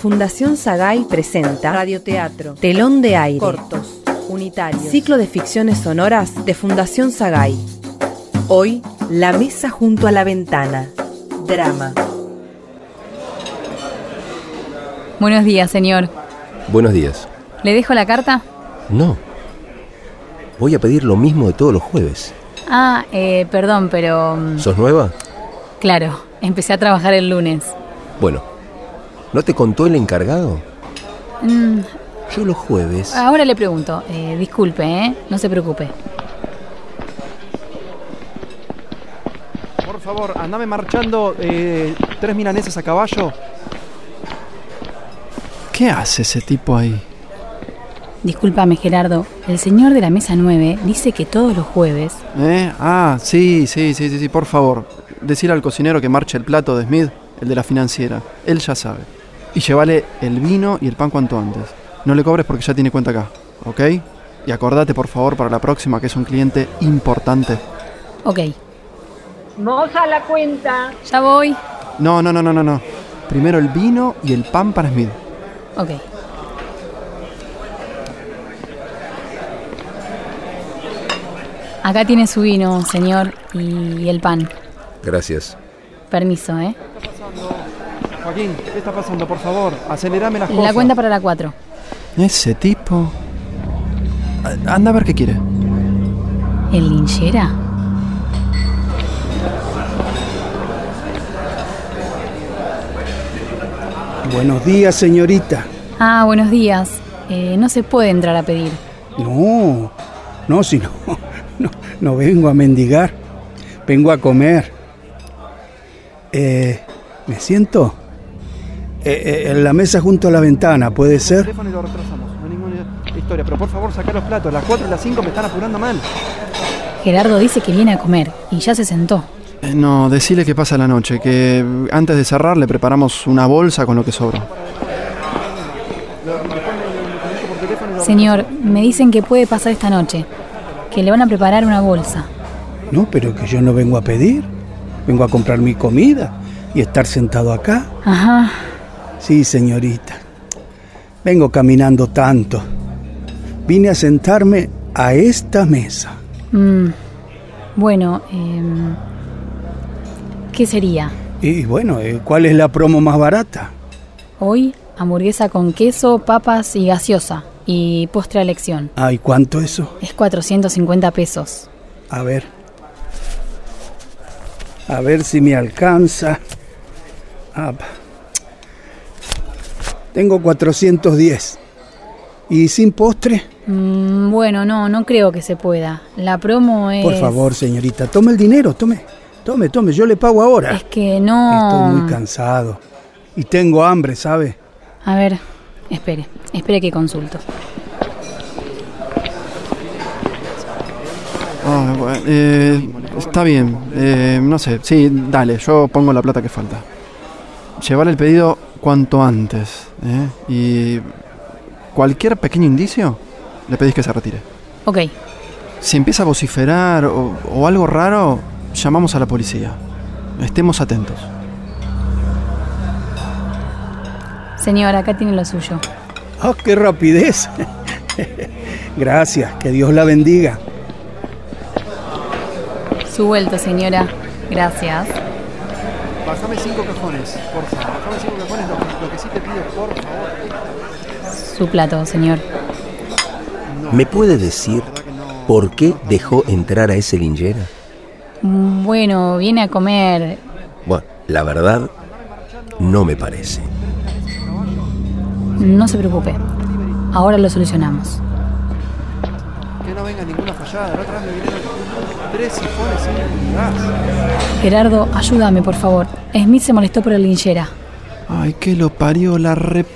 Fundación Sagay presenta Radioteatro, Telón de Aire, Cortos, Unitarios, Ciclo de Ficciones Sonoras de Fundación Sagay. Hoy, La Mesa junto a la Ventana, Drama. Buenos días, señor. Buenos días. ¿Le dejo la carta? No. Voy a pedir lo mismo de todos los jueves. Ah, eh, perdón, pero... mm, ¿Sos nueva? Claro, empecé a trabajar el lunes. Bueno. ¿No te contó el encargado? Mm, Ah. Yo los jueves. ahora le pregunto. Eh, disculpe, ¿eh? No se preocupe. Por favor, andame marchando eh, tres milaneses a caballo. ¿Qué hace ese tipo ahí? Discúlpame, Gerardo. El señor de la mesa 9 dice que todos los jueves... ¿Eh? Ah, sí, sí, sí, sí, sí, por favor. Decir al cocinero que marche el plato de Smith, el de la financiera. Él ya sabe. Y llévale el vino y el pan cuanto antes. No le cobres porque ya tiene cuenta acá, ¿ok? Y acordate, por favor, para la próxima que es un cliente importante. Ok, Moza la cuenta. ya voy. No, no, no, no, no, no. Primero el vino y el pan para Smith. Ok. Acá tiene su vino, señor, y el pan. Gracias. Permiso, ¿eh? Joaquín, ¿qué está pasando? Por favor, acelerame las cosas. La cuenta para la 4. Ese tipo... A- Anda a ver qué quiere. ¿El linchera? Buenos días, señorita. Ah, buenos días. Eh, no se puede entrar a pedir. No, no, si no, no, no vengo a mendigar, vengo a comer. Eh, ¿Me siento? Eh, eh, en la mesa junto a la ventana, ¿puede El ser? teléfono y lo retrasamos. No hay ninguna historia. Pero por favor, saca los platos. Las 4 y las 5 me están apurando mal. Gerardo dice que viene a comer y ya se sentó. Eh, No, decile que pasa la noche, que antes de cerrar le preparamos una bolsa con lo que sobra. Señor, me dicen que puede pasar esta noche, que le van a preparar una bolsa. No, pero que yo no vengo a pedir, vengo a comprar mi comida y estar sentado acá. Ajá, Sí, señorita. Vengo caminando tanto. Vine a sentarme a esta mesa. mm, bueno, em, ¿qué sería? Y bueno, eh, ¿cuál es la promo más barata? Hoy hamburguesa con queso, papas y gaseosa y postre a elección. Ay, ¿cuánto eso? Es 450 pesos. A ver. A ver si me alcanza. Ah, pa. tengo 410. ¿Y sin postre? Mm, bueno, no, no creo que se pueda. La promo es... Por favor, señorita, tome el dinero, tome. Tome, tome, yo le pago ahora. Es que no... Estoy muy cansado. Y tengo hambre, ¿sabe? A ver, espere, espere que consulto. Ah, bueno, eh, está bien, eh, no sé, sí, dale, yo pongo la plata que falta. Llevar el pedido cuanto antes, ¿eh? Y cualquier pequeño indicio, le pedís que se retire. Ok, Si empieza a vociferar o, o algo raro, llamamos a la policía. Estemos atentos. señor, acá tiene lo suyo. ¡Ah, qué rapidez! Gracias, que Dios la bendiga. Su vuelto, señora. Gracias. Bájame 5 cajones, por favor. Bájame 5 cajones. Lo, lo que sí te pido, por favor. Su plato, señor. ¿Me puede decir por qué dejó entrar a ese linchera? Mm, Bueno, viene a comer. Bueno, la verdad, no me parece. No se preocupe. Ahora lo solucionamos. Que no venga ninguna fallada. La otra vez me vinieron tres sifones sin gas. Gerardo, ayúdame, por favor. Smith se molestó por la linchera. Ay, que lo parió la rep...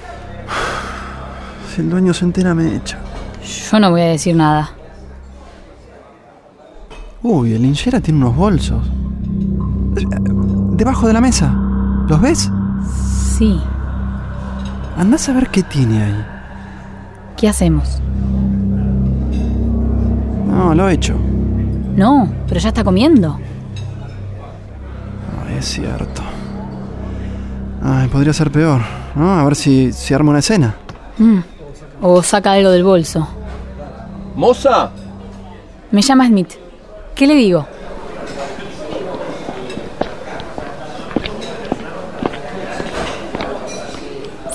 Si el dueño se entera, me echa. Yo no voy a decir nada. Uy, el linchera tiene unos bolsos. Debajo de la mesa. ¿Los ves? Sí. Andás a ver qué tiene ahí. ¿Qué hacemos? No, lo he hecho. No, pero ya está comiendo. No, es cierto. Ay, podría ser peor, ¿no? A ver si, si arma una escena. Mm. O saca algo del bolso. ¡Moza! Me llama Smith. ¿Qué le digo?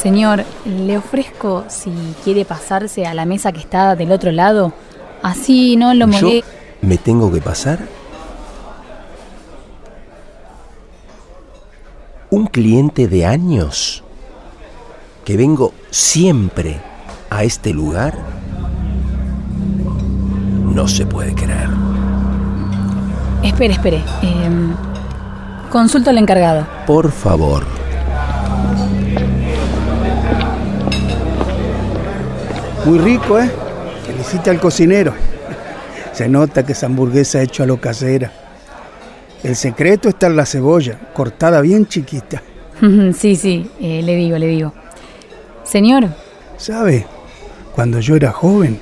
Señor, le ofrezco si quiere pasarse a la mesa que está del otro lado. Así no lo ¿Yo molé. me tengo que pasar? Un cliente de años que vengo siempre a este lugar. No se puede creer. Espere, espere. Em, consulto al encargado. Por favor. Muy rico, ¿eh? Felicita al cocinero. Se nota que esa hamburguesa hecha a lo casera. El secreto está en la cebolla, cortada bien chiquita. sí, sí, eh, le digo, le digo. Señor, ¿Sabe? Cuando yo era joven,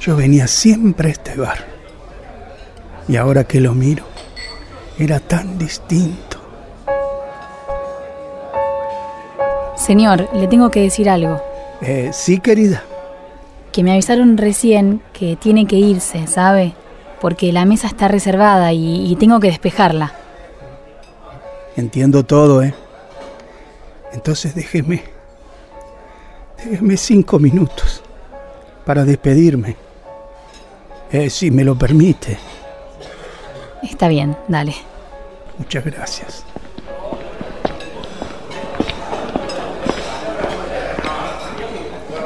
yo venía siempre a este bar. Y ahora que lo miro, era tan distinto. señor, le tengo que decir algo. Eh, sí, querida. Que me avisaron recién que tiene que irse, ¿sabe? Porque la mesa está reservada y, y tengo que despejarla. Entiendo todo, ¿eh? Entonces déjeme. Déjeme cinco minutos para despedirme. Eh, si me lo permite. Está bien, dale. Muchas gracias.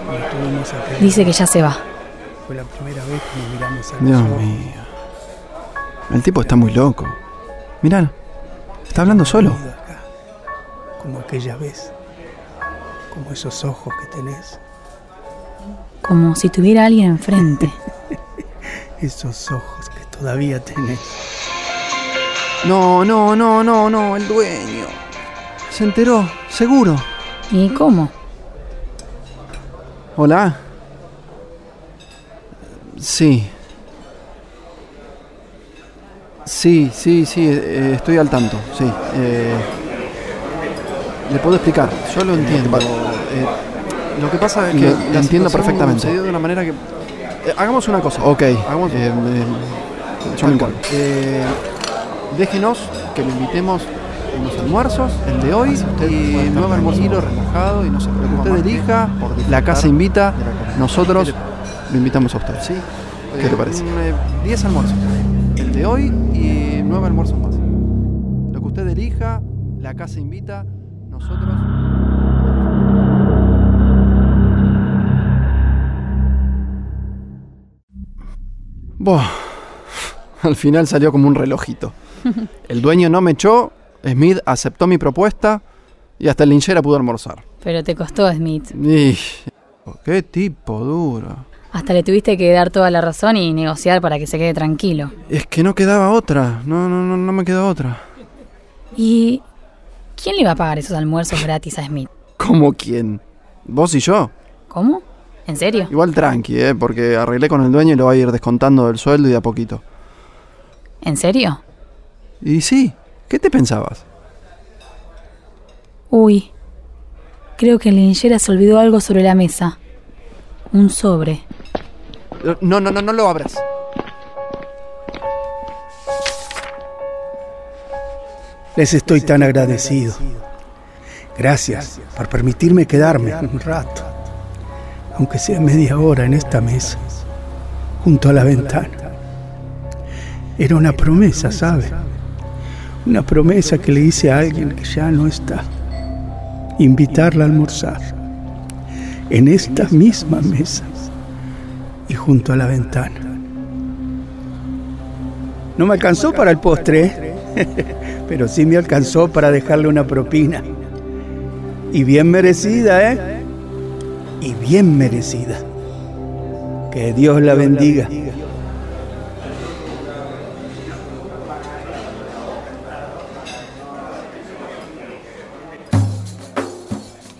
Nos tuvimos acá. Dice que ya se va. Fue la primera vez que nos miramos a los Dios ojos. mío. El tipo está muy loco. Mirá, está hablando solo. Venido acá, como aquella vez. Como esos ojos que tenés. Como si tuviera alguien enfrente. Esos ojos que todavía tenés. No, no, no, no, no, el dueño. Se enteró, seguro. ¿Y cómo? Hola. Sí. Sí, sí, sí, eh, estoy al tanto, sí. Eh, le puedo explicar, yo lo entiendo. eh, lo que pasa es que Lo- la entiendo situación perfectamente. se dio de una manera que... Eh, hagamos una cosa. Ok. Hagamos... Eh, eh, Yo me encargo. Eh, déjenos que le invitemos unos almuerzos, el de hoy, y nuevo almuerzo relajado y no se preocupe. Usted elija, la casa invita, nosotros lo invitamos a usted. ¿Sí? Eh, ¿Qué te parece? 10 almuerzos, el de hoy y nueve almuerzos más. Lo que usted elija, la casa invita, nosotros... Buah, al final salió como un relojito. El dueño no me echó, Smith aceptó mi propuesta y hasta el linchera pudo almorzar. Pero te costó, Smith. Y, "Oh, qué tipo duro. Hasta le tuviste que dar toda la razón y negociar para que se quede tranquilo. Es que no quedaba otra, no, no, no, no me quedó otra. ¿Y quién le iba a pagar esos almuerzos gratis a Smith? ¿Cómo quién? ¿Vos y yo? ¿Cómo? ¿En serio? Igual tranqui, ¿eh? porque arreglé con el dueño y lo va a ir descontando del sueldo y de a poquito. ¿En serio? Y sí, ¿qué te pensabas? Uy, creo que el linchera se olvidó algo sobre la mesa. Un sobre. No, no, no, no lo abras. Les estoy tan agradecido. Gracias por permitirme quedarme un rato, aunque sea media hora en esta mesa, junto a la ventana. Era una promesa, ¿sabe? Una promesa que le hice a alguien que ya no está. Invitarla a almorzar en esta misma mesa y junto a la ventana. No me alcanzó para el postre, ¿eh? pero sí me alcanzó para dejarle una propina. Y bien merecida, ¿eh? Y bien merecida. Que Dios la bendiga.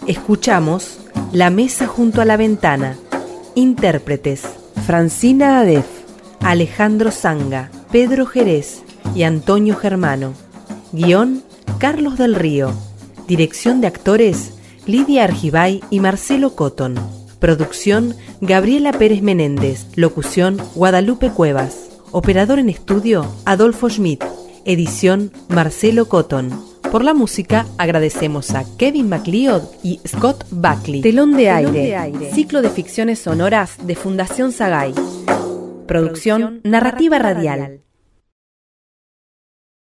Escuchamos La Mesa junto a la Ventana. Intérpretes Francina Adef, Alejandro Zanga, Pedro Jerez y Antonio Germano. Guión Carlos del Río. Dirección de actores, Lidia Argibay y Marcelo Cotton. Producción, Gabriela Pérez Menéndez. Locución, Guadalupe Cuevas. Operador en estudio, Adolfo Schmidt. Edición, Marcelo Cotton. Por la música agradecemos a Kevin MacLeod y Scott Buckley. Telón de, aire. Ciclo de ficciones sonoras de Fundación Sagay. Producción, Narrativa, Radial.